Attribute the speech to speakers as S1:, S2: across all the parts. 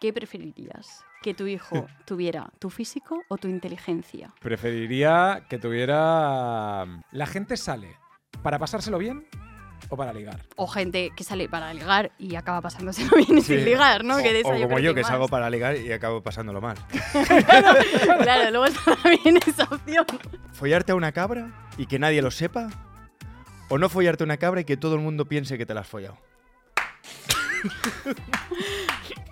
S1: ¿Qué preferirías? ¿Que tu hijo tuviera tu físico o tu inteligencia?
S2: Preferiría que tuviera. La gente sale para pasárselo bien o para ligar.
S1: O gente que sale para ligar y acaba pasándoselo bien
S3: Sí.
S1: sin ligar, ¿no? que de esa
S3: o como
S1: creo
S3: yo, que
S1: más.
S3: salgo para ligar y acabo pasándolo mal.
S1: Claro, luego está también esa opción.
S3: ¿Follarte a una cabra y que nadie lo sepa? ¿O no follarte a una cabra y que todo el mundo piense que te la has follado?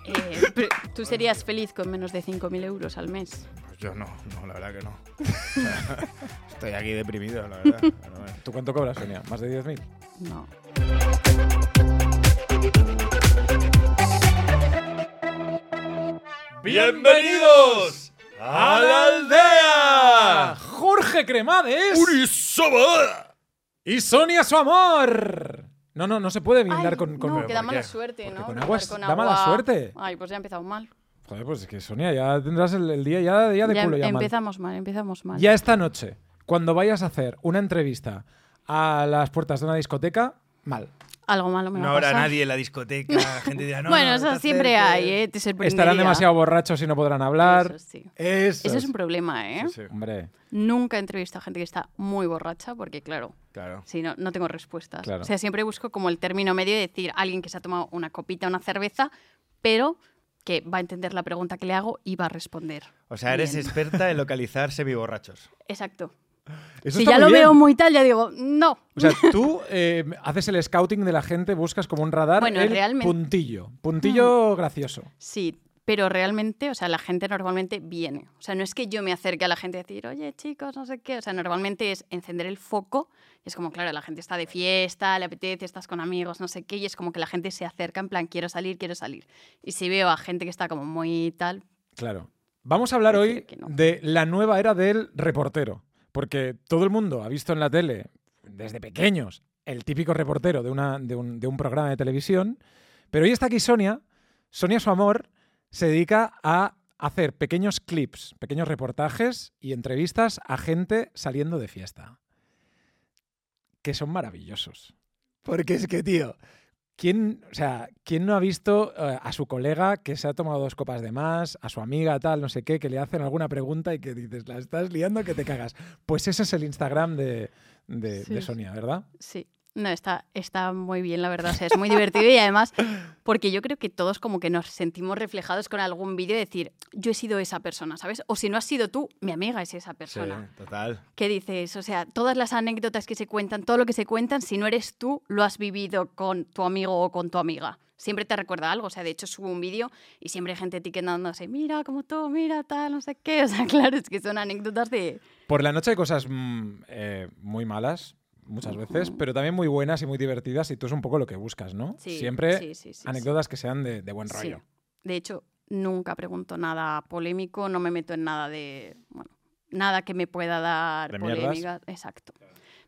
S1: Eh, pero ¿Tú serías feliz con menos de 5.000 euros al mes?
S3: Pues yo no, no, la verdad que no. O sea, Estoy aquí deprimido, la verdad. Pero bueno.
S2: ¿Tú cuánto cobras, Sonia? ¿Más de 10.000?
S1: No.
S2: ¡Bienvenidos a la aldea! Jorge Cremades y Sonia su amor. No, no, no se puede brindar
S1: Ay,
S2: con, con-
S1: no, que da
S3: ¿por
S1: mala
S3: qué?
S1: suerte, ¿no?
S2: con
S1: Brindar
S2: aguas da mala
S1: agua.
S2: suerte.
S1: Ay, pues ya ha empezado mal.
S2: Joder, pues es que Sonia, ya tendrás el, el día ya, ya de
S1: Ya
S2: culo
S1: em-
S2: ya mal.
S1: empezamos mal, empezamos mal.
S2: Ya esta noche, cuando vayas a hacer una entrevista a las puertas de una discoteca, mal.
S1: Algo malo me va
S3: No
S1: a
S3: habrá
S1: pasar.
S3: nadie en la discoteca, la gente dirá, no.
S1: pues, ah. bueno,
S3: no, no
S1: eso
S3: te
S1: siempre hay,
S3: acerques".
S1: ¿eh? Te sorprendería.
S2: Estarán demasiado borrachos y no podrán hablar.
S1: Eso sí.
S2: Eso,
S1: Eso es
S2: es-
S1: un problema, ¿eh?
S3: Sí, sí,
S2: Hombre,
S1: Nunca he entrevistado a gente que está muy borracha porque, claro,
S3: claro.
S1: si no, no tengo respuestas.
S2: Claro.
S1: O sea, siempre busco como el término medio de decir alguien que se ha tomado una copita, una cerveza, pero que va a entender la pregunta que le hago y va a responder.
S3: O sea, eres
S1: Bien.
S3: experta en localizar semiborrachos.
S1: Exacto.
S2: eso
S1: si ya
S2: está muy
S1: lo
S2: bien.
S1: veo muy tal, ya digo, no.
S2: O sea, tú eh, haces el scouting de la gente, buscas como un radar
S1: Bueno,
S2: el
S1: realmente- Mm.
S2: puntillo, puntillo gracioso.
S1: Sí, pero realmente, o sea, la gente normalmente viene. O sea, no es que yo me acerque a la gente y decir, oye, chicos, no sé qué. O sea, normalmente es encender el foco. Y es como, claro, la gente está de fiesta, le apetece, estás con amigos, no sé qué. Y es como que la gente se acerca en plan, quiero salir, quiero salir. Y si veo a gente que está como muy tal,
S2: Claro. Vamos a hablar hoy
S1: Decir que no.
S2: de la nueva era del reportero, porque todo el mundo ha visto en la tele, desde pequeños, el típico reportero de, una, de, un, de un programa de televisión, pero hoy está aquí Sonia, Sonia su amor, se dedica a hacer pequeños clips, pequeños reportajes y entrevistas a gente saliendo de fiesta, que son maravillosos. Porque es que, tío, ¿Quién, o sea, ¿quién no ha visto eh, a su colega que se ha tomado dos copas de más, a su amiga, tal, no sé qué, que le hacen alguna pregunta y que dices, la estás liando que te cagas? Pues ese es el Instagram de, de-
S1: Sí,
S2: de
S1: sí.
S2: Sonia, ¿verdad?
S1: Sí, no, está, está muy bien, la verdad. O sea, es muy divertido y además, porque yo creo que todos como que nos sentimos reflejados con algún vídeo y decir, yo he sido esa persona, ¿sabes? O si no has sido tú, mi amiga es esa
S3: Sí,
S1: persona.
S3: total.
S1: ¿Qué dices? O sea, todas las anécdotas que se cuentan, todo lo que se cuentan, si no eres tú, lo has vivido con tu amigo o con tu amiga. Siempre te recuerda algo. O sea, de hecho, subo un vídeo y siempre hay gente etiquetándose, mira como tú, mira tal, no sé qué. O sea, claro, es que son anécdotas de.
S2: Por la noche hay cosas mm, eh, muy malas, muchas veces, pero también muy buenas y muy divertidas, y tú es un poco lo que buscas, ¿no?
S1: Sí,
S2: Siempre
S1: sí, sí, sí, sí.
S2: anécdotas que sean de, de buen
S1: Sí.
S2: rollo.
S1: De hecho, nunca pregunto nada polémico, no me meto en nada de. Bueno, nada que me pueda dar
S2: De mierdas.
S1: polémica. Exacto.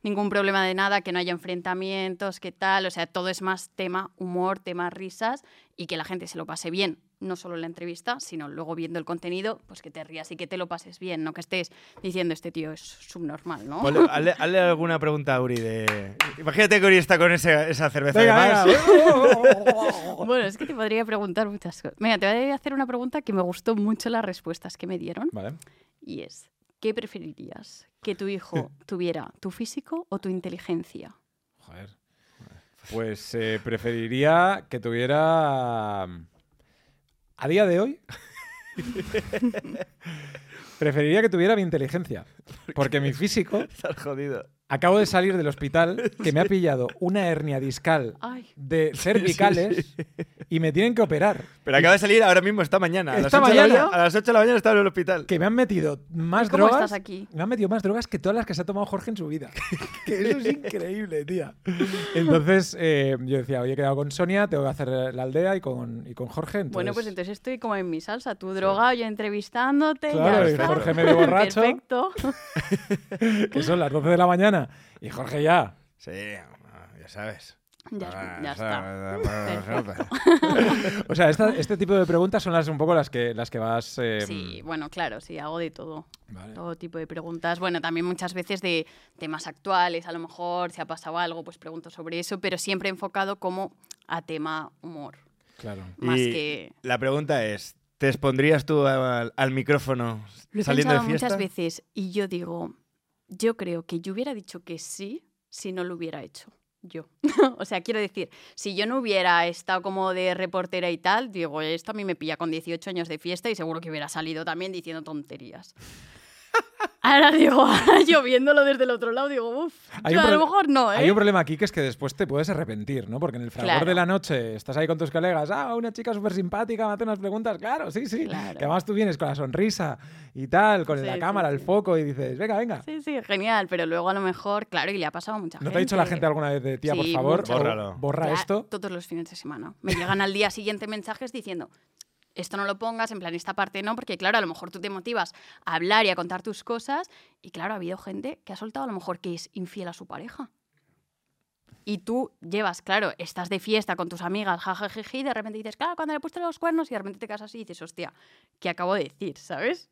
S1: Ningún problema de nada, que no haya enfrentamientos, qué tal. O sea, todo es más tema humor, tema risas y que la gente se lo pase bien. No solo en la entrevista, sino luego viendo el contenido, pues que te rías y que te lo pases bien, no que estés diciendo este tío es subnormal, ¿no?
S3: Ponle- hazle, hazle alguna pregunta a Uri de... Imagínate que Uri está con ese- esa cerveza de
S2: Venga,
S3: más.
S2: venga.
S1: Bueno, es que te podría preguntar muchas cosas. Mira, te voy a hacer una pregunta que me gustó mucho las respuestas que me dieron.
S2: vale.
S1: Y es, ¿qué preferirías? ¿Que tu hijo tuviera tu físico o tu inteligencia?
S2: Joder. Pues eh, preferiría que tuviera. mm, A día de hoy. preferiría que tuviera mi inteligencia. Porque mi físico.
S3: Estás jodido.
S2: Acabo de salir del hospital que me ha pillado una hernia discal
S1: Ay,
S2: de cervicales y me tienen que operar.
S3: Pero acaba de salir ahora mismo, esta mañana. A las,
S2: Esta
S3: 8 de la
S2: mañana.
S3: mañana- a las 8 de la mañana estaba en el hospital.
S2: Que me han metido más
S1: ¿cómo
S2: drogas.
S1: estás aquí?
S2: Me han metido más drogas que todas las que se ha tomado Jorge en su vida. que eso es increíble, tía. Entonces, eh, yo decía, hoy he quedado con Sonia, tengo que hacer la aldea y con, y con Jorge. entonces-
S1: Bueno, pues entonces estoy como en mi salsa, tú drogado, yo entrevistándote.
S2: Claro,
S1: ya
S2: y
S1: está.
S2: Jorge medio borracho.
S1: Perfecto.
S2: Que son las 12 de la mañana. Y Jorge ya.
S3: Sí, ah, ya sabes.
S1: Ya,
S3: Ah,
S1: ya
S3: o
S1: está.
S3: sea,
S2: O sea, esta- este tipo de preguntas son las un poco las que, las que vas. eh,
S1: Sí, bueno, claro, sí, hago de todo.
S2: vale.
S1: Todo tipo de preguntas. Bueno, también muchas veces de temas actuales, a lo mejor, si ha pasado algo, pues pregunto sobre eso, pero siempre enfocado como a tema humor.
S2: Claro.
S1: Más
S3: Y
S1: que...
S3: La pregunta es, ¿te expondrías tú al, al micrófono
S1: Lo he
S3: saliendo de
S1: pensado
S3: fiesta?
S1: muchas veces y yo digo, yo creo que yo hubiera dicho que sí si no lo hubiera hecho yo. o sea, quiero decir, si yo no hubiera estado como de reportera y tal, digo, esto a mí me pilla con 18 años de fiesta y seguro que hubiera salido también diciendo tonterías. Ahora digo, ahora yo viéndolo desde el otro lado, digo, uff,
S2: Hay un
S1: a lo
S2: pro-
S1: mejor no, ¿eh?
S2: Hay un problema aquí que es que después te puedes arrepentir, ¿no? Porque en el fragor
S1: Claro.
S2: de la noche estás ahí con tus colegas, ah, una chica súper simpática, me hace unas preguntas, claro, sí, sí.
S1: Claro.
S2: Que además tú vienes con la sonrisa y tal, con
S1: Sí,
S2: la
S1: sí,
S2: cámara, el
S1: sí.
S2: foco y dices, venga, venga.
S1: Sí, sí, genial, pero luego a lo mejor, claro, y le ha pasado a mucha gente.
S2: ¿No te ha dicho la gente alguna vez de tía, por
S1: Sí,
S2: favor,
S1: mucho.
S2: o
S3: Bórralo".
S2: borra
S1: Ya,
S2: esto?
S1: Todos los fines de semana. Me llegan al día siguiente mensajes diciendo, esto no lo pongas, en plan, esta parte no, porque claro, a lo mejor tú te motivas a hablar y a contar tus cosas. Y claro, ha habido gente que ha soltado a lo mejor que es infiel a su pareja. Y tú llevas, claro, estás de fiesta con tus amigas, jajajiji, y de repente dices, claro, cuando le he puesto los cuernos, y de repente te casas así y dices, hostia, ¿qué acabo de decir? ¿Sabes?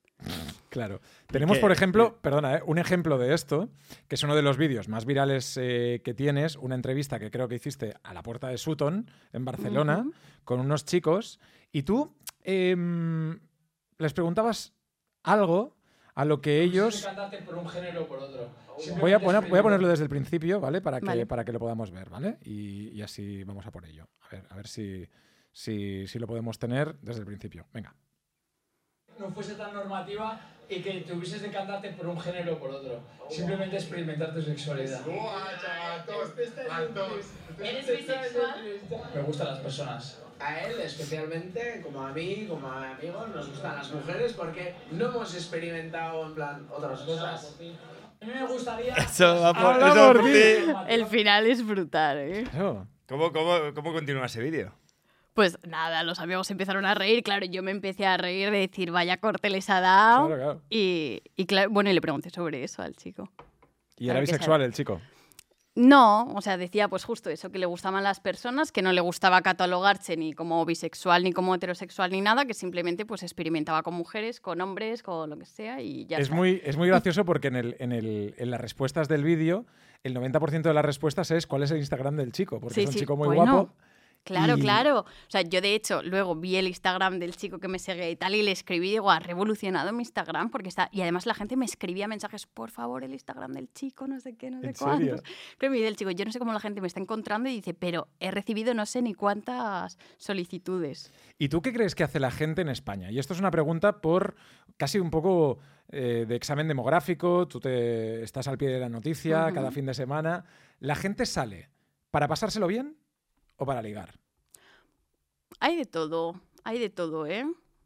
S2: Claro. Tenemos,
S3: que-
S2: por ejemplo, perdona, ¿eh? un ejemplo de esto, que es uno de los vídeos más virales eh, que tienes, una entrevista que creo que hiciste a la puerta de Sutton, en Barcelona,
S1: Ujú.
S2: con unos chicos, y tú em, les preguntabas algo a lo que ellos...
S4: cantante por un género o por otro.
S2: Voy a, poner- voy a ponerlo desde el principio, ¿vale? Para que,
S1: Vale.
S2: Para que lo podamos ver, ¿vale? Y, y así vamos a por ello. A ver, a ver si, si, si lo podemos tener desde el principio. Venga.
S4: No fuese tan normativa y que te hubieses de cantarte por un género o por otro. Simplemente experimentar tu sexualidad.
S5: ¿Eres bisexual?
S4: Me gustan las personas.
S5: A él especialmente, como a mí, como a amigos, nos gustan las mujeres porque no hemos experimentado en plan otras cosas.
S4: A mí me gustaría...
S3: Eso va por,
S2: Habla
S3: eso va
S2: por
S3: por
S2: ti.
S3: ti.
S4: El
S1: El final es brutal, ¿eh?
S2: Claro.
S3: ¿Cómo, cómo, cómo continúa ese vídeo?
S1: Pues nada, los amigos empezaron a reír, claro, yo me empecé a reír de decir, vaya corte les ha dado.
S2: Claro, claro.
S1: Y, y claro, bueno, y le pregunté sobre eso al chico.
S2: Y era
S1: Claro que
S2: bisexual el chico.
S1: No, o sea, decía pues justo eso, que le gustaban las personas, que no le gustaba catalogarse ni como bisexual, ni como heterosexual, ni nada, que simplemente pues experimentaba con mujeres, con hombres, con lo que sea y ya
S2: es
S1: está.
S2: muy, es muy gracioso porque en, el, en, el- en las respuestas del vídeo, el 90% de las respuestas es cuál es el Instagram del chico, porque
S1: Sí,
S2: es un
S1: sí,
S2: chico muy
S1: bueno.
S2: guapo.
S1: Claro,
S2: Y-
S1: claro. O sea, yo de hecho luego vi el Instagram del chico que me seguía y tal y le escribí, digo, ha revolucionado mi Instagram porque está... Y además la gente me escribía mensajes, por favor, el Instagram del chico, no sé qué, no sé
S2: ¿En serio?
S1: cuántos. Pero me dice el chico, yo no sé cómo la gente me está encontrando y dice, pero he recibido no sé ni cuántas solicitudes.
S2: ¿Y tú qué crees que hace la gente en España? Y esto es una pregunta por casi un poco eh, de examen demográfico, tú te estás al pie de la noticia
S1: Ujú.
S2: cada fin de semana. ¿La gente sale para pasárselo bien o para ligar?
S1: Hay de todo, hay de todo, ¿eh?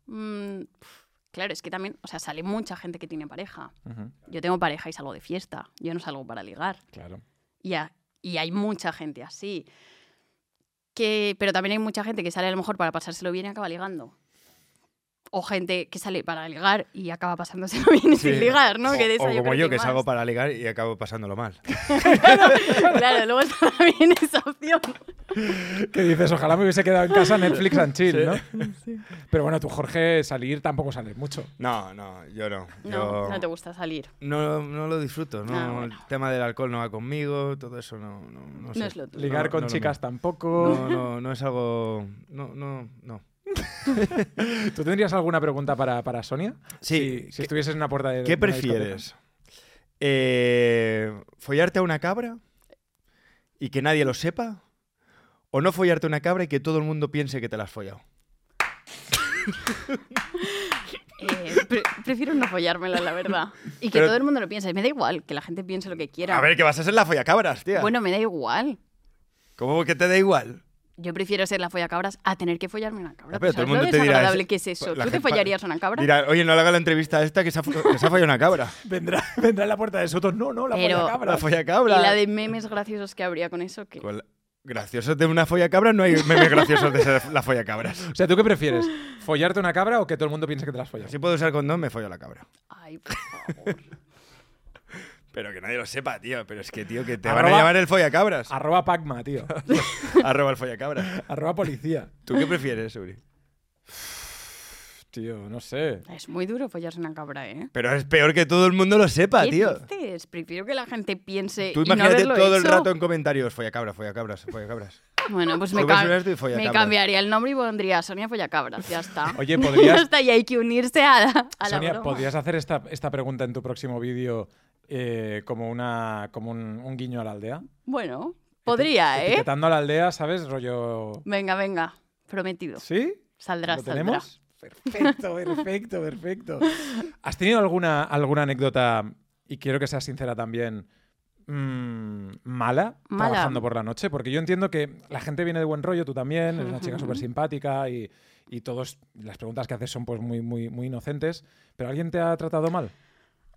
S1: Mm, pf, claro, es que también, o sea, sale mucha gente que tiene pareja.
S2: Ujú,
S1: Yo tengo pareja y salgo de fiesta, yo no salgo para ligar.
S2: Claro.
S1: Y, a- y hay mucha gente así. Que, pero también hay mucha gente que sale a lo mejor para pasárselo bien y acaba ligando. O gente que sale para ligar y acaba pasándoselo bien
S3: Sí.
S1: sin ligar, ¿no?
S3: O,
S1: que de eso
S3: o como
S1: creo
S3: yo, que
S1: más.
S3: salgo para ligar y acabo pasándolo mal.
S1: Claro, luego está también esa opción.
S2: ¿Qué dices? Ojalá me hubiese quedado en casa Netflix and chill, ¿no? Pero bueno, tú, Jorge, salir tampoco sales mucho.
S3: No, no, yo no.
S1: No,
S3: Yo
S1: no te gusta salir.
S3: no- no lo disfruto. No,
S1: Ah, bueno.
S3: El tema del alcohol no va conmigo, todo eso no, no, no sé.
S1: es lo tuyo.
S2: Ligar
S3: No,
S2: con
S3: no lo
S2: chicas
S3: mío.
S2: tampoco.
S3: No, no, no es algo... No, no, no.
S2: ¿Tú tendrías alguna pregunta para, para Sonia?
S3: Sí,
S2: Si, si
S3: ¿qué-
S2: estuvieses en una puerta de.
S3: ¿Qué
S2: de una discoteca.
S3: prefieres? Eh, ¿Follarte a una cabra y que nadie lo sepa? ¿O no follarte a una cabra y que todo el mundo piense que te la has follado?
S1: Eh, pre- prefiero no follármela, la verdad. Y que
S3: Pero-
S1: todo el mundo lo piense. Me da igual que la gente piense lo que quiera.
S3: A ver, que vas a ser la follacabras, tía.
S1: bueno, me da igual.
S3: ¿Cómo que te da igual?
S1: Yo prefiero ser la follacabras a tener que follarme una cabra.
S3: Ya, pero
S1: ¿Tú
S3: todo el
S1: sabes
S3: mundo
S1: lo
S3: te dirá,
S1: desagradable
S3: es- pues,
S1: que es eso?
S3: la
S1: ¿Tú te
S3: gente-
S1: follarías a una cabra?
S3: Dirá, oye, no le haga la entrevista a esta que se ha, fo- que se ha follado una cabra.
S2: Vendrá, vendrá en la puerta de Sotos. No, no, la
S1: Pero-
S2: follacabra.
S3: La follacabra.
S1: Y la de memes graciosos que habría con eso, que
S3: Con la- Graciosos de una follacabra no hay memes graciosos de ser la follacabras.
S2: O sea, ¿tú qué prefieres? ¿Follarte una cabra o que todo el mundo piense que te la has follado?
S3: Si puedo usar condón, me follo la cabra.
S1: Ay, por favor.
S3: Pero que nadie lo sepa, tío. Pero es que, tío, que te van a
S2: Arroba-
S3: llamar el follacabras.
S2: Arroba Pacma, tío.
S3: Arroba el follacabras.
S2: Arroba policía.
S3: ¿Tú qué prefieres, Uri?
S2: Tío, no sé.
S1: es muy duro follarse una cabra, ¿eh?
S3: Pero es peor que todo el mundo lo sepa,
S1: ¿Qué
S3: tío.
S1: dices? Prefiero que la gente piense
S3: Tú
S1: y no
S3: imagínate
S1: haberlo
S3: todo el
S1: hecho.
S3: rato en comentarios, follacabras, follacabras, follacabras.
S1: Bueno, pues me,
S3: Sube
S1: cam-
S3: su esto y folla
S1: me
S3: cabras.
S1: cambiaría el nombre y pondría Sonia Follacabras. Ya está.
S2: Oye,
S1: ya
S2: podrías,
S1: está, y hay que unirse a la, a la
S2: Sonia,
S1: broma.
S2: podrías hacer esta, esta pregunta en tu próximo vídeo eh, como, una, como un, un guiño a la aldea.
S1: Bueno, podría, ¿eh?
S2: Etiquetando a la aldea, ¿sabes? Rollo.
S1: Venga, venga. Prometido.
S2: ¿Sí?
S1: Saldrá,
S2: ¿Lo
S1: saldrá.
S2: tenemos? Perfecto, perfecto, perfecto. ¿Has tenido alguna, alguna anécdota, y quiero que seas sincera también, mm, mala,
S1: Mala.
S2: trabajando por la noche? Porque yo entiendo que la gente viene de buen rollo, tú también, eres una chica
S1: Ujú.
S2: súper simpática y, y todos, las preguntas que haces son pues muy, muy, muy inocentes, pero ¿alguien te ha tratado mal?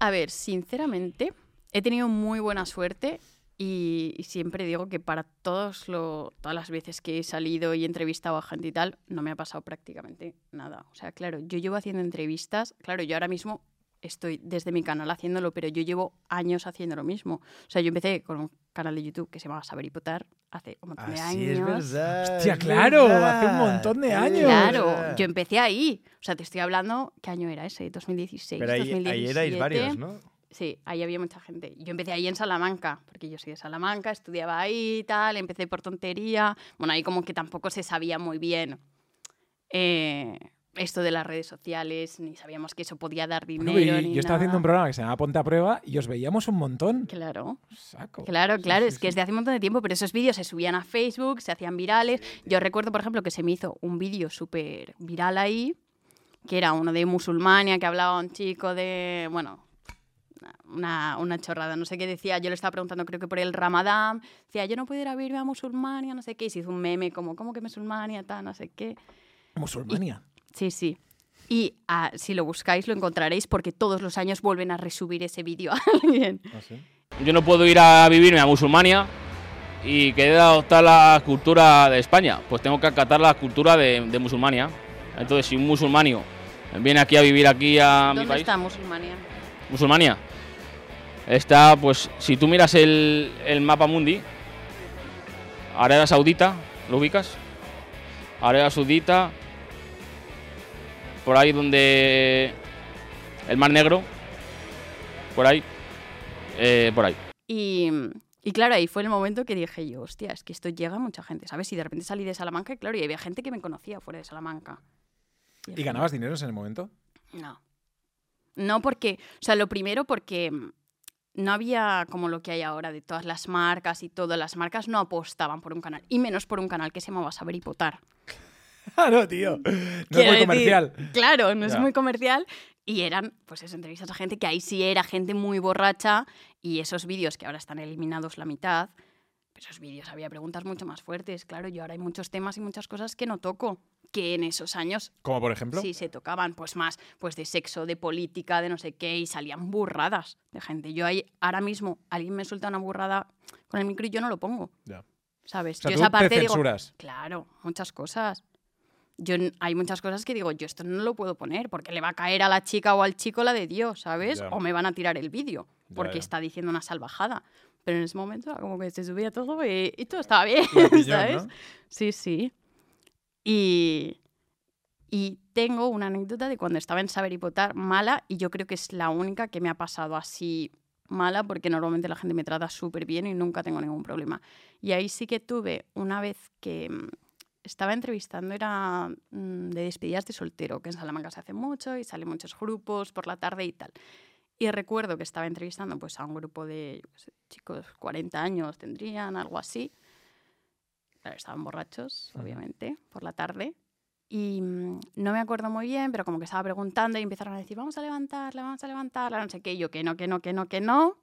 S1: A ver, sinceramente, he tenido muy buena suerte y, y siempre digo que para todos lo, todas las veces que he salido y entrevistado a gente y tal, no me ha pasado prácticamente nada. O sea, claro, yo llevo haciendo entrevistas, claro, yo ahora mismo estoy desde mi canal haciéndolo, pero yo llevo años haciendo lo mismo. O sea, yo empecé con un canal de YouTube que se llama Saber Hipotar hace un montón de
S3: Así
S1: años.
S3: Ah, es verdad.
S2: Hostia,
S3: es
S2: claro,
S3: verdad,
S2: hace un montón de
S3: es
S2: años.
S1: Claro,
S3: verdad.
S1: yo empecé ahí. O sea, te estoy hablando, ¿qué año era ese? 2016,
S3: Pero ahí, ahí
S1: 2017.
S3: erais varios, ¿no?
S1: Sí, ahí había mucha gente. Yo empecé ahí en Salamanca, porque yo soy de Salamanca, estudiaba ahí y tal, empecé por tontería. Bueno, ahí como que tampoco se sabía muy bien eh, esto de las redes sociales, ni sabíamos que eso podía dar dinero.
S2: Bueno, y-
S1: ni
S2: yo estaba haciendo un
S1: nada.
S2: programa que se llamaba Ponte a Prueba y os veíamos un montón.
S1: Claro.
S2: Saco.
S1: Claro,
S2: Sí,
S1: claro,
S2: sí,
S1: es
S2: sí.
S1: que desde hace un montón de tiempo, pero esos vídeos se subían a Facebook, se hacían virales. Yo recuerdo, por ejemplo, que se me hizo un vídeo súper viral ahí, que era uno de musulmania, que hablaba un chico de, bueno, una, una chorrada, no sé qué decía, yo le estaba preguntando, creo que por el ramadán, decía, yo no puedo ir a verme a musulmania, no sé qué, y se hizo un meme como, ¿cómo que musulmania, tal, no sé qué?
S2: Musulmania.
S1: Sí, sí. Y ah, si lo buscáis, lo encontraréis porque todos los años vuelven a resubir ese vídeo a alguien.
S6: Yo no puedo ir a vivirme a Musulmania y querer adoptar la cultura de España. Pues tengo que acatar la cultura de, de Musulmania. Entonces, si un musulmanio viene aquí a vivir aquí a mi
S1: ¿Dónde
S6: país,
S1: está musulmania?
S6: Musulmania, está, pues, si tú miras el, el mapa mundi, Arabia Saudita, ¿lo ubicas? Arabia Saudita, por ahí donde el Mar Negro, por ahí, eh, por ahí.
S1: Y, mm, y claro, ahí fue el momento que dije yo, hostia, es que esto llega a mucha gente, ¿sabes? Y de repente salí de Salamanca y claro, y había gente que me conocía fuera de Salamanca.
S2: ¿Y
S1: dije,
S2: ganabas dinero en el momento?
S1: No. No porque, o sea, lo primero porque mm, no había como lo que hay ahora de todas las marcas y todo, las marcas no apostaban por un canal, y menos por un canal que se llamaba Saber Hipotar.
S2: Claro, tío. Ah, No es
S1: Quiero
S2: muy
S1: decir,
S2: comercial.
S1: Claro, no es
S2: Ya.
S1: muy comercial. Y eran, pues eso, entrevistas a gente que ahí sí era gente muy borracha y esos vídeos que ahora están eliminados la mitad, pues esos vídeos había preguntas mucho más fuertes. Claro, yo ahora hay muchos temas y muchas cosas que no toco, que en esos años
S2: Como por ejemplo.
S1: sí se tocaban, pues más, pues de sexo, de política, de no sé qué, y salían burradas de gente. Yo ahí, ahora mismo, alguien me suelta una burrada con el micro y yo no lo pongo.
S2: Ya.
S1: ¿Sabes?
S2: O sea,
S1: yo
S2: tú
S1: esa parte
S2: te
S1: digo,
S2: censuras.
S1: Claro, muchas cosas. Yo, n- hay muchas cosas que digo, yo esto no lo puedo poner porque le va a caer a la chica o al chico la de Dios, ¿sabes?
S2: Ya.
S1: O me van a tirar el vídeo
S2: Ya,
S1: porque
S2: ya.
S1: está diciendo una salvajada. Pero en ese momento era como que se subía todo y, y todo estaba bien,
S2: Lo pilló,
S1: ¿sabes?
S2: ¿no?
S1: Sí, sí. Y, y tengo una anécdota de cuando estaba en Saber y Votar mala y yo creo que es la única que me ha pasado así mala porque normalmente la gente me trata súper bien y nunca tengo ningún problema. Y ahí sí que tuve una vez que mm, estaba entrevistando, era mm, de despedidas de soltero, que en Salamanca se hace mucho y salen muchos grupos por la tarde y tal. Y recuerdo que estaba entrevistando pues, a un grupo de yo qué sé, chicos, 40 años tendrían, algo así. Claro, estaban borrachos,
S2: Ujú.
S1: obviamente, por la tarde. Y mm, no me acuerdo muy bien, pero como que estaba preguntando y empezaron a decir, vamos a levantarla, vamos a levantarla, no sé qué. Y yo, que no, que no, que no, que no.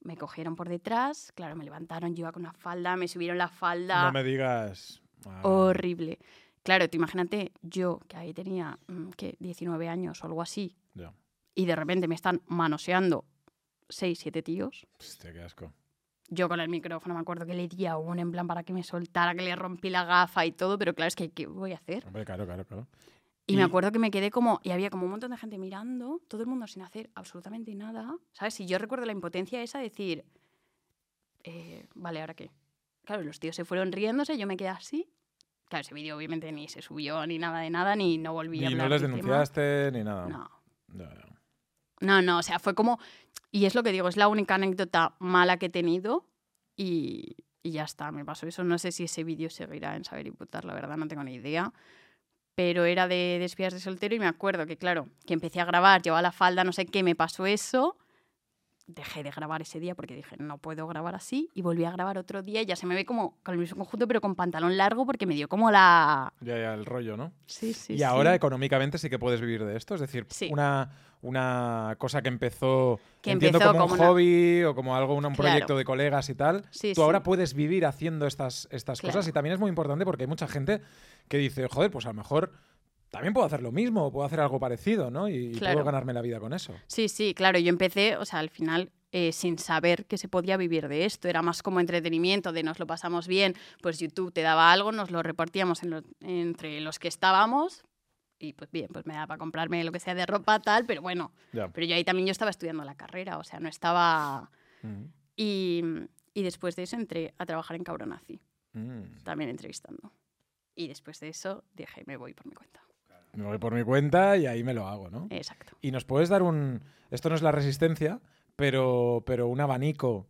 S1: Me cogieron por detrás, claro, me levantaron, yo iba con una falda, me subieron la falda
S2: No me digas. Ah,
S1: horrible. Claro, tú imagínate, yo que ahí tenía mm, ¿qué? 19 años o algo así,
S2: Ya.
S1: y de repente me están manoseando 6, 7 tíos.
S2: Hostia, qué asco.
S1: Yo con el micrófono me acuerdo que le di a uno en plan para que me soltara, que le rompí la gafa y todo, pero claro, es que ¿qué voy a hacer?
S2: Hombre, claro, claro, claro.
S1: Y, me
S2: Y-
S1: acuerdo que me quedé como, y había como un montón de gente mirando, todo el mundo sin hacer absolutamente nada, ¿sabes? Y yo recuerdo la impotencia esa de decir, eh, vale, ¿ahora qué? Claro, los tíos se fueron riéndose, yo me quedé así. Claro, ese vídeo obviamente ni se subió, ni nada de nada, ni no volví a
S2: Y no
S1: hablar
S2: les
S1: del tema.
S2: denunciaste ni nada.
S1: No.
S2: Ya, ya.
S1: No, no, o sea, fue como. Y es lo que digo, es la única anécdota mala que he tenido. Y, Y ya está, me pasó eso. No sé si ese vídeo seguirá en Saber Imputar, la verdad, no tengo ni idea. Pero era de, de espías de soltero y me acuerdo que, claro, que empecé a grabar, llevaba la falda, no sé qué, me pasó eso. Dejé de grabar ese día porque dije, no puedo grabar así. Y volví a grabar otro día y ya se me ve como con el mismo conjunto, pero con pantalón largo porque me dio como la...
S2: Ya, ya, el rollo, ¿no?
S1: Sí, sí,
S2: y
S1: sí.
S2: ahora económicamente sí que puedes vivir de esto. Es decir,
S1: Sí.
S2: una, una cosa que empezó,
S1: Que
S2: entiendo,
S1: empezó
S2: como, un
S1: como una-
S2: hobby o como algo, un, un
S1: Claro.
S2: proyecto de colegas y tal.
S1: Sí, sí.
S2: Tú ahora puedes vivir haciendo estas, estas
S1: Claro.
S2: cosas y también es muy importante porque hay mucha gente que dice, joder, pues a lo mejor también puedo hacer lo mismo o puedo hacer algo parecido, ¿no? Y, y
S1: Claro.
S2: puedo ganarme la vida con eso.
S1: Sí, sí, claro, yo empecé, o sea, al final eh, sin saber que se podía vivir de esto, era más como entretenimiento, de nos lo pasamos bien, pues YouTube te daba algo, nos lo repartíamos en lo- entre los que estábamos y pues bien, pues me daba para comprarme lo que sea de ropa tal, pero bueno,
S2: Ya.
S1: pero yo ahí también yo estaba estudiando la carrera, o sea, no estaba...
S2: Mm,
S1: Y, y después de eso entré a trabajar en Cabronazi,
S2: mm.
S1: también entrevistando. Y después de eso dije, me voy por mi cuenta.
S2: Me voy por mi cuenta y ahí me lo hago, ¿no?
S1: Exacto.
S2: Y nos puedes dar un. Esto no es la resistencia, pero, pero un abanico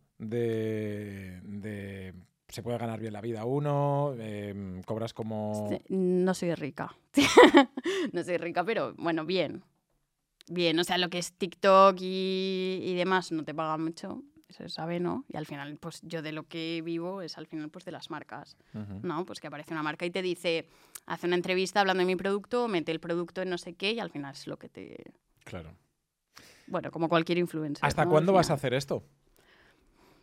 S2: de. de- se puede ganar bien la vida uno, em, cobras como.
S1: Este, No soy rica. no soy rica, pero bueno, bien. Bien, o sea, lo que es TikTok y, y demás no te paga mucho, eso se sabe, ¿no? Y al final, pues yo de lo que vivo es al final, pues de las marcas,
S2: Ujú.
S1: ¿no? Pues que aparece una marca y te dice, hace una entrevista hablando de mi producto, mete el producto en no sé qué y al final es lo que te...
S2: Claro.
S1: Bueno, como cualquier influencer.
S2: ¿Hasta
S1: ¿no? Al
S2: cuándo vas a
S1: final.
S2: hacer esto?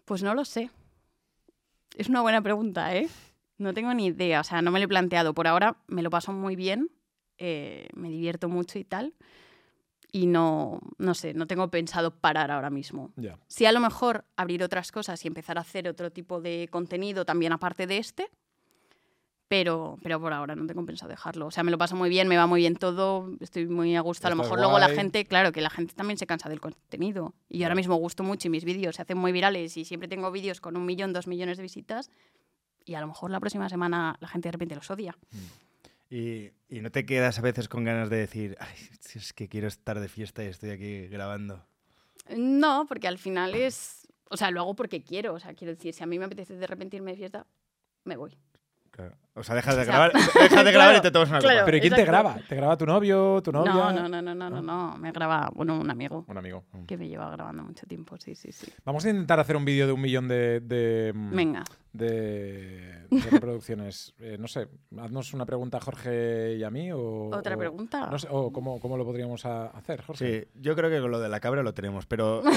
S1: Pues no lo sé. Es una buena pregunta, ¿eh? No tengo ni idea, o sea, no me lo he planteado. Por ahora me lo paso muy bien, eh, me divierto mucho y tal. Y no, no sé, no tengo pensado parar ahora mismo.
S2: Ya.
S1: Si a lo mejor abrir otras cosas y empezar a hacer otro tipo de contenido también aparte de este, pero, pero por ahora no tengo pensado dejarlo. O sea, me lo paso muy bien, me va muy bien todo, estoy muy a gusto. A lo
S2: Estás
S1: mejor luego la
S2: guay.
S1: gente, claro, que la gente también se cansa del contenido. Y yo ahora mismo gusto mucho y mis vídeos se hacen muy virales y siempre tengo vídeos con un millón, dos millones de visitas. Y a lo mejor la próxima semana la gente de repente los odia.
S3: Y, y no te quedas a veces con ganas de decir, ay, si es que quiero estar de fiesta y estoy aquí grabando.
S1: No, porque al final es. O sea, lo hago porque quiero. O sea, quiero decir, si a mí me apetece de repente irme de fiesta, me voy.
S3: O sea, dejas de
S1: O sea,
S3: grabar, dejas de grabar y
S1: claro,
S3: te tomas una copa.
S1: claro.
S2: Pero ¿y quién te
S1: exacto.
S2: graba? ¿Te graba tu novio, tu
S1: No,
S2: novia? Ah.
S1: no, no, no, no, no, no. Me graba, bueno, un amigo
S2: Un amigo.
S1: que me lleva grabando mucho tiempo. Sí, sí, sí.
S2: Vamos a intentar hacer un vídeo de un millón de. de mm,
S1: Venga.
S2: de, de reproducciones. Eh, no sé, haznos una pregunta a Jorge y a mí o...
S1: ¿Otra
S2: o-
S1: pregunta?
S2: No sé, o cómo, cómo lo podríamos a- hacer, Jorge.
S3: Sí, yo creo que con lo de la cabra lo tenemos, pero...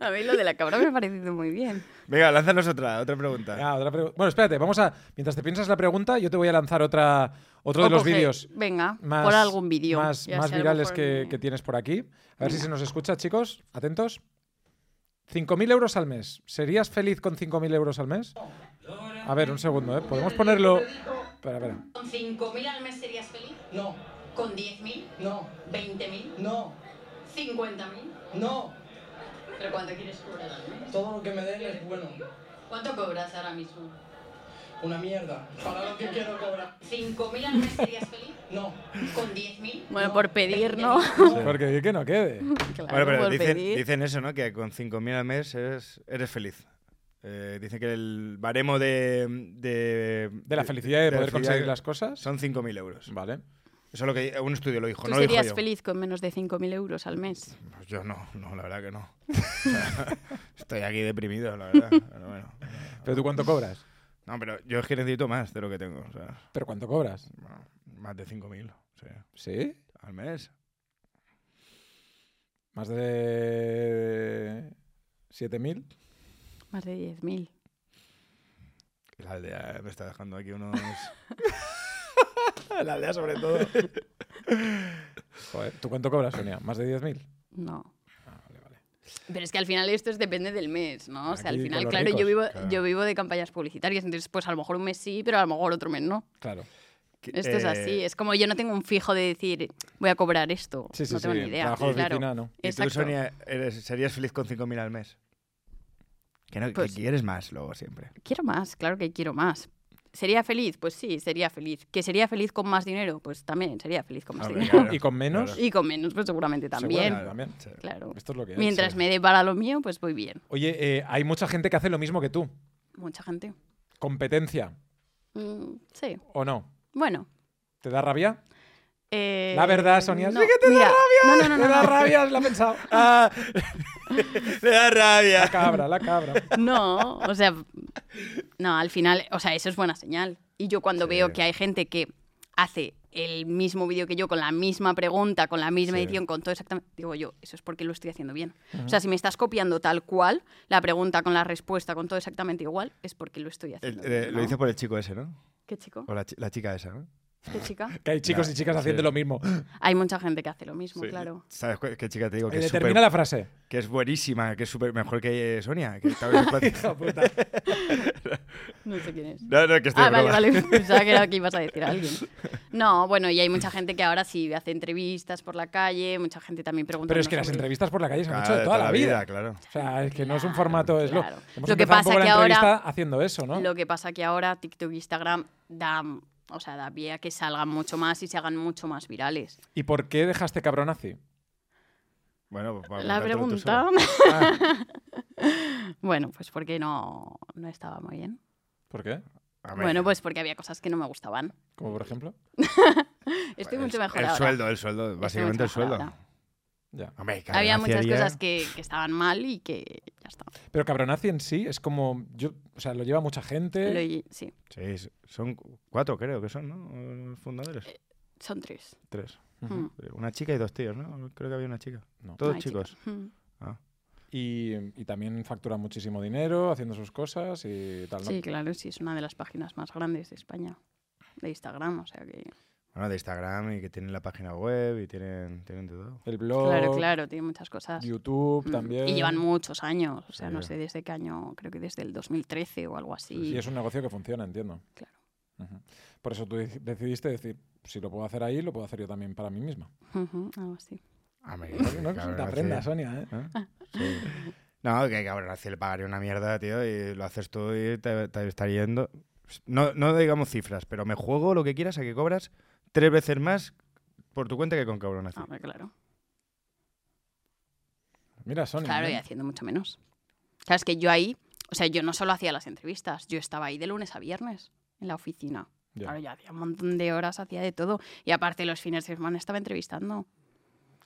S1: A mí lo de la cabra me ha parecido muy bien.
S3: Venga, lánzanos otra, otra pregunta.
S2: Ah, otra pregu- bueno, espérate, vamos a... Mientras te piensas la pregunta, yo te voy a lanzar otra, otro de
S1: O
S2: los
S1: coge-
S2: vídeos
S1: Venga,
S2: más,
S1: por algún vídeo.
S2: más,
S1: ya
S2: más
S1: sea, a lo
S2: virales
S1: mejor
S2: que,
S1: me-
S2: que tienes por aquí. A ver si se nos escucha, chicos. Atentos. 5.000 euros al mes. ¿Serías feliz con 5.000 euros al mes? A ver, un segundo, ¿eh? Podemos ponerlo... Espera, espera.
S7: ¿Con 5.000 al mes serías feliz?
S4: No,
S7: ¿Con 10.000?
S4: no,
S7: ¿20.000?
S4: no,
S7: ¿50.000?
S4: no.
S7: ¿Pero cuánto quieres cobrar al mes?
S4: Todo lo que me den es bueno.
S7: ¿Cuánto cobras ahora mismo?
S4: Una mierda. Para lo que quiero cobrar.
S7: ¿5.000 al mes serías feliz?
S4: No.
S7: ¿Con 10.000?
S1: Bueno, por pedir, ¿no?
S2: Porque di que no quede.
S1: Claro,
S3: Bueno, pero
S1: por
S3: dicen,
S1: pedir.
S3: dicen eso, ¿no? Que con 5.000 al mes eres, eres feliz. Eh, dicen que el baremo de... De,
S2: De la felicidad de,
S3: de la
S2: poder
S3: felicidad
S2: conseguir las cosas.
S3: Son 5.000 euros.
S2: Vale.
S3: Eso es lo que un estudio lo dijo,
S1: Tú
S3: no lo dijo
S1: serías
S3: yo.
S1: feliz con menos de 5.000 euros al mes.
S3: Pues yo no, no, la verdad que no. O sea, estoy aquí deprimido, la verdad. Pero bueno.
S2: Pero tú cuánto cobras?
S3: No, pero yo es que necesito más de lo que tengo. O sea,
S2: ¿Pero cuánto cobras?
S3: bueno, más de 5.000 o sea,
S2: ¿Sí?
S3: al mes.
S2: ¿Más de 7.000?
S1: Más de 10.000.
S3: La aldea me está dejando aquí unos...
S2: La aldea sobre todo. Joder, ¿tú cuánto cobras, Sonia? ¿Más de 10.000?
S1: No.
S2: Ah,
S1: Pero es que al final esto es depende del mes, ¿no? O sea, al
S2: Aquí
S1: final,
S2: con los
S1: claro,
S2: ricos,
S1: yo vivo,
S3: claro.
S1: yo vivo de campañas publicitarias, entonces pues a lo mejor un mes sí, pero a lo mejor otro mes no.
S2: Claro.
S3: que-
S1: Esto es
S3: eh,
S1: así, es como yo no tengo un fijo de decir voy a cobrar esto,
S2: Sí, sí,
S1: no tengo
S2: sí,
S1: ni idea.
S2: trabajo de
S1: claro.
S2: oficina, no.
S3: ¿Y
S1: Exacto.
S3: tú, Sonia, eres- serías feliz con 5.000 al mes? Que, no, que
S1: Pues-
S3: quieres más luego siempre.
S1: Quiero más, claro que quiero más. ¿Sería feliz? Pues sí, sería feliz. ¿Que sería feliz con más dinero? Pues también sería feliz con más
S3: Hombre,
S1: dinero.
S3: claro.
S2: Y con menos.
S3: Claro.
S1: Y con menos, pues seguramente también.
S2: Seguro, también.
S3: Sí.
S1: Claro.
S2: Esto es lo que hay,
S1: Mientras
S2: sí.
S1: me dé para lo mío, pues voy bien.
S2: Oye, eh, hay mucha gente que hace lo mismo que tú.
S1: Mucha gente.
S2: ¿Competencia
S1: Mm, sí.
S2: o no?
S1: Bueno.
S2: ¿Te da rabia?
S1: eh,
S2: La verdad, Sonia,
S1: no,
S2: sí que te
S1: mira,
S2: da rabia.
S1: No, no, no,
S2: te da
S1: no, no.
S2: rabia, la he pensado.
S3: ¡Ah! ¡Le
S2: La
S3: da rabia!
S2: cabra, la cabra.
S1: No, o sea, no, al final, o sea, eso es buena señal. Y yo cuando veo que hay gente que hace el mismo vídeo que yo, con la misma pregunta, con la misma edición, con todo exactamente, digo yo, eso es porque lo estoy haciendo bien. O sea, si me estás copiando tal cual, la pregunta con la respuesta, con todo exactamente igual, es porque lo estoy
S3: El-
S1: haciendo
S3: eh,
S1: bien,
S3: lo
S1: ¿no?
S3: dice por el chico ese, ¿no?
S1: ¿Qué chico?
S3: O la, chi- la chica esa, ¿no?
S1: ¿Qué chica?
S2: Que hay chicos
S3: Ya,
S2: y chicas haciendo
S3: sí.
S2: lo mismo.
S1: Hay mucha gente que hace lo mismo,
S3: Sí.
S1: claro.
S3: ¿Sabes cu- qué chica te digo? Que
S2: Eh,
S3: es,
S2: termina
S3: súper-
S2: la frase.
S3: que es buenísima, que es súper mejor que eh, Sonia. que tal vez es plat-
S1: No sé quién es.
S3: no, no, que estoy
S1: Ah,
S3: de
S1: vale,
S3: broma.
S1: vale. Pensaba que era que ibas a decir a alguien. No, bueno, y hay mucha gente que ahora sí hace entrevistas por la calle, mucha gente también pregunta.
S2: Pero es que las
S1: sobre-
S2: entrevistas por la calle se han
S3: Claro,
S2: hecho de toda la vida.
S3: claro.
S2: O sea, es que no es un formato. Es lo,
S1: Claro.
S2: hemos
S1: Lo que
S2: empezado
S1: pasa
S2: un poco la
S1: que ahora-
S2: entrevista haciendo eso, ¿no?
S1: Lo que pasa que ahora TikTok e Instagram da, o sea, da pie a que salgan mucho más y se hagan mucho más virales.
S2: ¿Y por qué dejaste cabronazi?
S3: Bueno, pues para
S1: la
S3: contártelo tú
S1: pregunta.
S3: solo.
S1: bueno, pues porque no, no estaba muy bien.
S2: ¿Por qué?
S3: A ver,
S1: Bueno, pues porque había cosas que no me gustaban.
S2: Como por ejemplo.
S1: Estoy
S3: el-
S2: Pues
S1: mucho mejor
S3: El
S1: ahora.
S3: sueldo, el sueldo, básicamente el
S1: mucho mejor
S3: sueldo.
S1: ahora.
S2: Ya.
S3: Hombre, que
S1: Había muchas
S3: gracia
S1: cosas
S3: haría.
S1: que, que estaban mal y que ya está.
S2: Pero cabronazi en sí es como. Yo, o sea, lo lleva mucha gente.
S1: Lo hi- sí,
S3: Sí, s- son cu- cuatro, creo que son, ¿no? Los fundadores.
S1: Eh. son tres.
S3: Tres. Eh,
S1: Mm,
S3: Una chica y dos tíos, ¿no? Creo que había una chica.
S2: No.
S3: Todos
S1: no hay chica.
S3: chicos.
S1: Mm.
S3: Ah.
S2: Y, y también factura muchísimo dinero haciendo sus cosas y tal. ¿no?
S1: Sí, claro, sí, es una de las páginas más grandes de España, de Instagram, o sea que...
S3: Bueno, de Instagram y que tienen la página web y tienen, tienen de todo.
S2: El blog,
S1: Claro, claro, tiene muchas cosas.
S2: YouTube
S1: Mm.
S2: también.
S1: Y llevan muchos años, o sea, no
S3: Sí.
S1: sé desde qué año, creo que desde el 2013 o algo así.
S2: Y es un negocio que funciona, entiendo.
S1: Claro.
S2: Ujú. Por eso tú dec- decidiste decir, si lo puedo hacer ahí, lo puedo hacer yo también para mí misma.
S1: Ujú, algo así.
S3: Hombre,
S2: No,
S3: qué
S2: Ah, no,
S3: cabrón,
S2: te aprendas,
S3: sí.
S2: Sonia, ¿eh?
S1: Ah.
S3: ¿Eh? Sí. No, que cabrón, así le pagaría una mierda, tío, y lo haces tú y te, te está yendo. No, no digamos cifras, pero me juego lo que quieras a que cobras tres veces más por tu cuenta que con cabrón así.
S1: Ah, hombre, claro.
S2: Mira, Sonia.
S1: Claro,
S2: ¿eh?
S1: y haciendo mucho menos. Claro, es que yo ahí, o sea, yo no solo hacía las entrevistas, yo estaba ahí de lunes a viernes en la oficina.
S2: Ya.
S1: Claro, yo hacía un montón de horas, hacía de todo. Y aparte los fines de semana estaba entrevistando.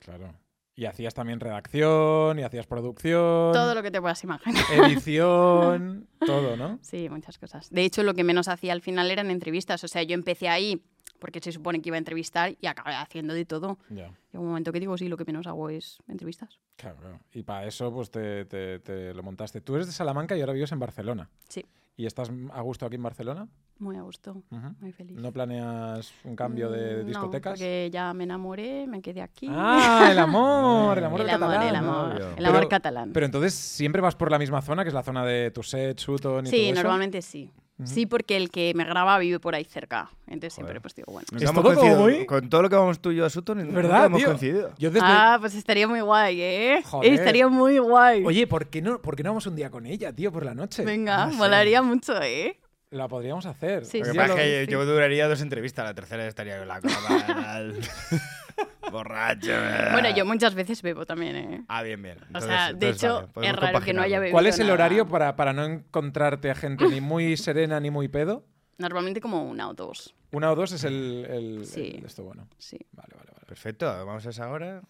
S2: Claro. Y hacías también redacción, y hacías producción,
S1: Todo lo que te puedas imaginar.
S2: edición, todo, ¿no?
S1: Sí, muchas cosas. De hecho, lo que menos hacía al final eran entrevistas. O sea, yo empecé ahí porque se supone que iba a entrevistar y acabé haciendo de todo.
S2: Ya.
S1: Llega un momento que digo, sí, lo que menos hago es entrevistas.
S2: Claro, claro. Y para eso, pues te, te- te lo montaste. Tú eres de Salamanca y ahora vives en Barcelona.
S1: Sí.
S2: ¿Y estás a gusto aquí en Barcelona?
S1: Muy a gusto,
S2: Ujú.
S1: muy feliz.
S2: ¿No planeas un cambio de
S1: Mm, No,
S2: discotecas?
S1: porque ya me enamoré, me quedé aquí.
S2: Ah, el amor, el amor
S1: el
S2: del
S1: amor,
S2: catalán.
S1: el amor,
S3: obvio.
S1: el amor
S2: Pero-
S1: catalán.
S2: Pero entonces siempre vas por la misma zona, que es la zona de Tuset, Sutton y todo
S1: sí,
S2: eso?
S1: normalmente sí. Sí, porque el que me graba vive por ahí cerca. Entonces siempre
S3: Joder.
S1: pues digo, bueno.
S3: Nunca
S2: Es
S3: hemos
S2: todo como
S3: coincidido.
S2: muy-
S3: Con todo lo que vamos tú y yo a Sutton, nunca
S2: ¿Verdad,
S3: hemos
S2: tío?
S3: coincidido.
S2: Yo desde-
S1: Ah, pues estaría muy guay, ¿eh?
S2: Joder.
S1: Estaría muy guay.
S2: Oye, Ah, ¿por qué, no, ¿por qué no vamos un día con ella, tío, por la noche?
S1: Venga, volaría mucho, ¿eh?
S2: La podríamos hacer.
S1: Sí,
S2: Ya
S3: Lo que
S1: sí.
S2: lo-
S3: pasa es que
S1: sí.
S3: yo duraría dos entrevistas, la tercera estaría con la copa al- borracho. eh. ¿verdad?
S1: Bueno, yo muchas veces bebo también, ¿eh?
S3: Ah, bien, bien.
S1: O
S3: Ah. Entonces-
S1: sea, de
S3: entonces
S1: hecho,
S3: vale, podemos
S1: es raro que no haya
S3: compaginarlo.
S1: bebido.
S2: ¿Cuál es el
S1: nada.
S2: horario para, para no encontrarte a gente ni muy serena ni muy pedo?
S1: Normalmente como una o dos,
S2: Una o dos es el... el-
S1: Sí.
S2: el- esto bueno.
S1: sí.
S2: Vale, vale, vale.
S3: Perfecto, vamos a esa hora.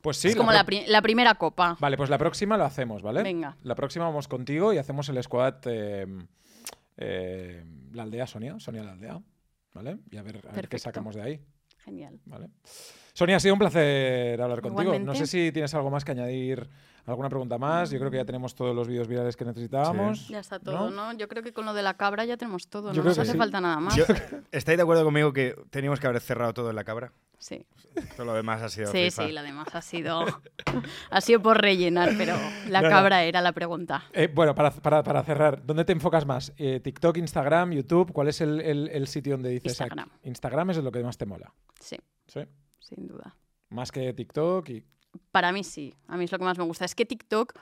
S2: Pues sí.
S1: es como la,
S2: pro-
S1: pri- la primera copa.
S2: Vale, pues la próxima lo hacemos, ¿vale?
S1: Venga.
S2: La próxima vamos contigo y hacemos el squad eh, eh, La Aldea, Sonia. Sonia La Aldea. ¿Vale? Y a ver, a ver qué
S1: Perfecto.
S2: sacamos de ahí.
S1: Genial.
S2: ¿Vale? Sonia, ha sido un placer hablar contigo. No
S1: Igualmente. Mm.
S2: sé si tienes algo más que añadir, alguna pregunta más. Yo creo que ya tenemos todos los vídeos virales que necesitábamos.
S1: Ya está todo, ¿no? Yo creo que con lo de la cabra ya tenemos todo,
S2: Yo
S1: no
S2: creo
S1: nos
S2: que
S1: hace
S2: sí.
S1: falta nada más.
S3: Yo- ¿Estáis de acuerdo conmigo que teníamos que haber cerrado todo en la cabra?
S1: Sí,
S3: Todo lo demás ha sido.
S1: sí,
S3: rifa.
S1: sí, lo demás ha sido, ha sido por rellenar, pero la
S2: No, no.
S1: cabra era la pregunta.
S2: Eh, bueno, para, para- para cerrar, ¿dónde te enfocas más? Eh, ¿TikTok, Instagram, YouTube? ¿Cuál es el, el- el sitio donde dices ah,
S1: Instagram.
S2: Instagram es lo que más te mola.
S1: Sí,
S2: ¿sí?
S1: sin duda.
S2: Más que TikTok y.
S1: Para mí sí, a mí es lo que más me gusta. Es que TikTok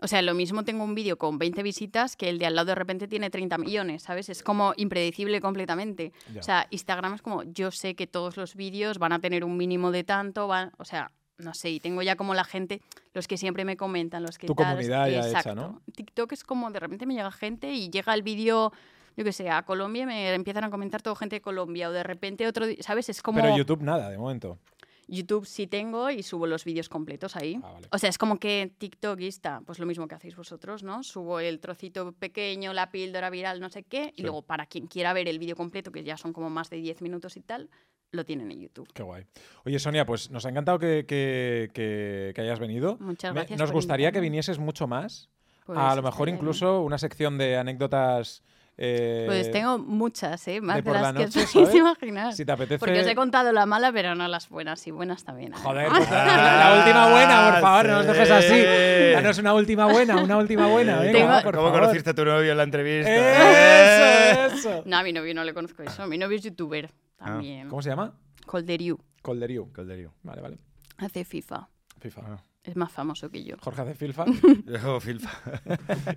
S1: O sea, lo mismo tengo un vídeo con 20 visitas que el de al lado de repente tiene 30 millones, ¿sabes? Es como impredecible completamente.
S2: Ya.
S1: O sea, Instagram es como, yo sé que todos los vídeos van a tener un mínimo de tanto, van, o sea, no sé, y tengo ya como la gente, los que siempre me comentan, los que...
S2: Tu
S1: tal, los
S2: comunidad
S1: que-
S2: ya hecha,
S1: exacto.
S2: ¿no?
S1: TikTok es como, de repente me llega gente y llega el vídeo... Yo qué sé, a Colombia y me empiezan a comentar todo gente de Colombia o de repente otro, di- ¿sabes? Es como...
S2: Pero YouTube nada, de momento.
S1: YouTube sí tengo y subo los vídeos completos ahí.
S2: Ah, vale.
S1: O sea, es como que TikTok está, pues lo mismo que hacéis vosotros, ¿no? Subo el trocito pequeño, la píldora viral, no sé qué,
S2: Sí.
S1: y luego para quien quiera ver el vídeo completo, que ya son como más de 10 minutos y tal, lo tienen en YouTube.
S2: Qué guay. Oye, Sonia, pues nos ha encantado que, que- que- que hayas venido.
S1: Muchas
S2: Me-
S1: gracias
S2: nos
S1: por
S2: gustaría que
S1: invitarme.
S2: vinieses mucho más.
S1: Pues
S2: a lo mejor
S1: estaría bien.
S2: incluso una sección de anécdotas. eh,
S1: Pues tengo muchas, ¿eh? Más
S2: de
S1: de,
S2: por
S1: las
S2: la
S1: que
S2: noche,
S1: os
S2: ¿sabes?
S1: podéis imaginar.
S2: Si te apetece.
S1: Porque os he contado la mala, pero no las buenas, y buenas también. ¿eh?
S2: Joder,
S1: además.
S2: pues la, la última buena, por favor, no nos dejes así.
S3: Sí.
S2: Danos una última buena, una última buena.
S1: Tengo-
S2: Venga, por
S3: Ah, eh, ¿Cómo
S2: favor.
S3: conociste a tu novio en la entrevista? ¡Eh!
S2: Eso, eso.
S1: No, a mi novio no le conozco eso. Mi novio es youtuber también.
S2: Ah, ¿Cómo se llama?
S1: Colderiu.
S2: Colderiu.
S3: Colderío.
S2: Vale, vale.
S1: Hace FIFA.
S2: FIFA.
S3: Ah.
S1: Es más famoso que yo.
S2: Jorge hace FIFA.
S3: Yo como filfa.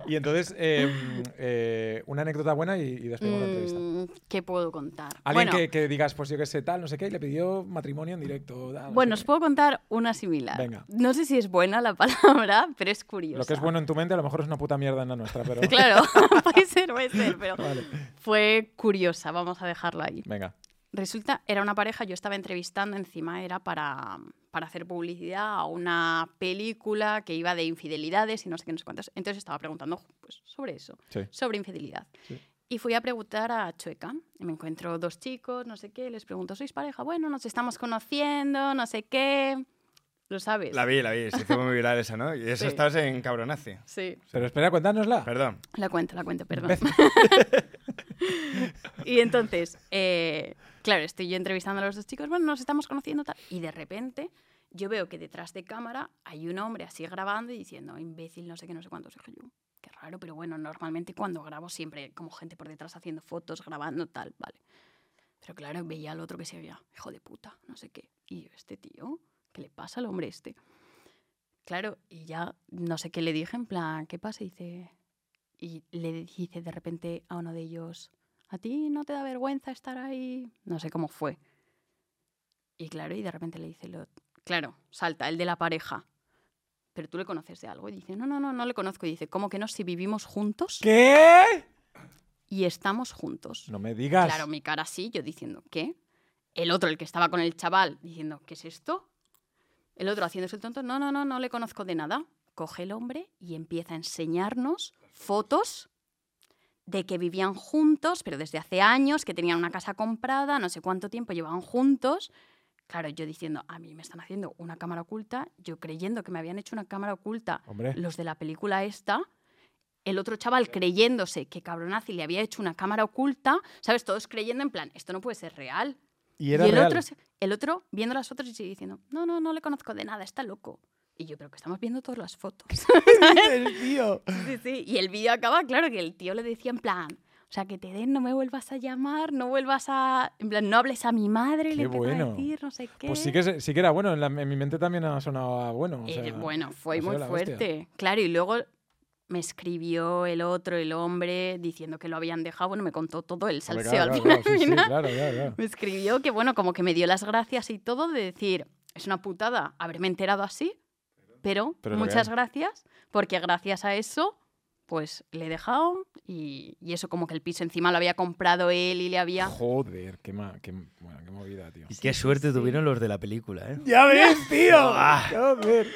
S2: y entonces, eh, mm, eh, una anécdota buena y, y despedimos la entrevista.
S1: Mm, ¿Qué puedo contar?
S2: Alguien
S1: bueno,
S2: que, que digas, pues yo qué sé, tal, no sé qué, y le pidió matrimonio en directo. tal, no sé
S1: bueno,
S2: qué.
S1: os puedo contar una similar.
S2: Venga.
S1: No sé si es buena la palabra, pero es curiosa.
S2: Lo que es bueno en tu mente a lo mejor es una puta mierda en la nuestra, pero...
S1: ah. Claro, puede ser, puede ser, pero
S2: Vale.
S1: fue curiosa, vamos a dejarlo ahí.
S2: Venga.
S1: Resulta, era una pareja, yo estaba entrevistando, encima era para, para hacer publicidad a una película que iba de infidelidades y no sé qué, no sé cuántos. Entonces estaba preguntando pues, sobre eso,
S2: Sí.
S1: sobre infidelidad.
S2: Sí.
S1: Y fui a preguntar a Chueca. Y me encuentro dos chicos, no sé qué, les pregunto, ¿sois pareja? Bueno, nos estamos conociendo, no sé qué. ¿Lo sabes?
S3: La vi, la vi. Se hizo muy viral esa, ¿no? Y eso
S1: Sí.
S3: estabas en Cabronazi.
S1: Sí,
S2: Pero espera, cuéntanosla.
S3: Perdón.
S1: la cuento, la cuento, perdón. Y entonces, eh, claro, estoy yo entrevistando a los dos chicos, bueno, nos estamos conociendo tal, y de repente yo veo que detrás de cámara hay un hombre así grabando y diciendo, imbécil, no sé qué, no sé cuántos, dije yo, qué raro, pero bueno, normalmente cuando grabo siempre como gente por detrás haciendo fotos, grabando tal, vale. Pero claro, veía al otro que se veía, hijo de puta, no sé qué. Y yo, este tío, ¿qué le pasa al hombre este? Claro, y ya no sé qué le dije, en plan, ¿qué pasa? Y dice, y le dice de repente a uno de ellos, ¿a ti no te da vergüenza estar ahí? No sé cómo fue. Y claro, y de repente le dice, el ot- claro, salta, el de la pareja. Pero tú le conoces de algo. Y dice, no, no, no, no le conozco. Y dice, ¿cómo que no? Si vivimos juntos
S2: ¿Qué?
S1: y estamos juntos.
S2: No me digas.
S1: Claro, mi cara así, yo diciendo, ¿qué? El otro, el que estaba con el chaval, diciendo, ¿qué es esto? El otro haciéndose el tonto, no, no, no, no le conozco de nada. Coge el hombre y empieza a enseñarnos fotos de que vivían juntos, pero desde hace años, que tenían una casa comprada, no sé cuánto tiempo llevaban juntos. Claro, yo diciendo, a mí me están haciendo una cámara oculta, yo creyendo que me habían hecho una cámara oculta
S2: Hombre.
S1: los de la película esta, el otro chaval creyéndose que cabronazi le había hecho una cámara oculta, ¿sabes? Todos creyendo en plan, esto no puede ser real.
S2: Y era
S1: el,
S2: real.
S1: Otro, se- el otro viendo las fotos y sigue diciendo, no, no, no le conozco de nada, está loco. Y yo, pero que estamos viendo todas las fotos.
S2: El tío.
S1: Sí, sí. Y el vídeo acaba, claro, que el tío le decía en plan, o sea, que te den, no me vuelvas a llamar, no vuelvas a... En plan, no hables a mi madre,
S2: Qué
S1: le empezó
S2: bueno.
S1: a decir, no sé qué.
S2: Pues sí que, se- sí que era bueno. En, la- en mi mente también ha sonado a bueno. o
S1: Eh,
S2: sea,
S1: bueno, fue
S2: ha sido
S1: muy
S2: la hostia.
S1: fuerte. Claro, y luego me escribió el otro, el hombre, diciendo que lo habían dejado. Bueno, me contó todo el
S2: Hombre,
S1: salseo
S2: claro,
S1: al final.
S2: claro, claro, sí, sí,
S1: mira.
S2: claro, claro, claro.
S1: Me escribió que, bueno, como que me dio las gracias y todo de decir, es una putada haberme enterado así, pero,
S2: Pero es lo que
S1: muchas
S2: hay.
S1: gracias, porque gracias a eso, pues le he dejado y, y eso como que el piso encima lo había comprado él y le había...
S2: Joder, qué, ma- qué- bueno, qué movida, tío.
S3: qué suerte tuvieron los de la película, ¿eh? Ah.
S2: ¡Ya ves, tío! ¡Joder!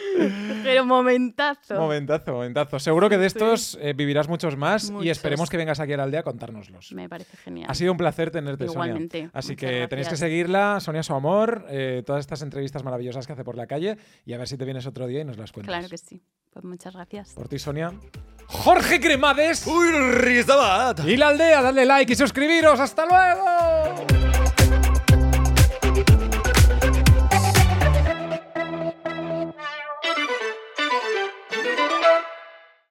S1: Pero momentazo.
S2: Momentazo, momentazo. Seguro que de
S1: Sí.
S2: estos eh, vivirás muchos más y
S1: Muchos.
S2: esperemos que vengas aquí a la aldea a contárnoslos.
S1: Me parece genial.
S2: Ha sido un placer tenerte,
S1: Igualmente.
S2: Sonia. Así
S1: Muchas
S2: que tenéis que
S1: gracias.
S2: seguirla, Sonia Su Amor, eh, todas estas entrevistas maravillosas que hace por la calle y a ver si te vienes otro día y nos las cuentas.
S1: Claro que sí. Pues muchas gracias.
S2: Por ti, Sonia. Jorge Cremades
S3: ¡Uy, Rizabat!
S2: y la aldea. Dadle like y suscribiros. ¡Hasta luego!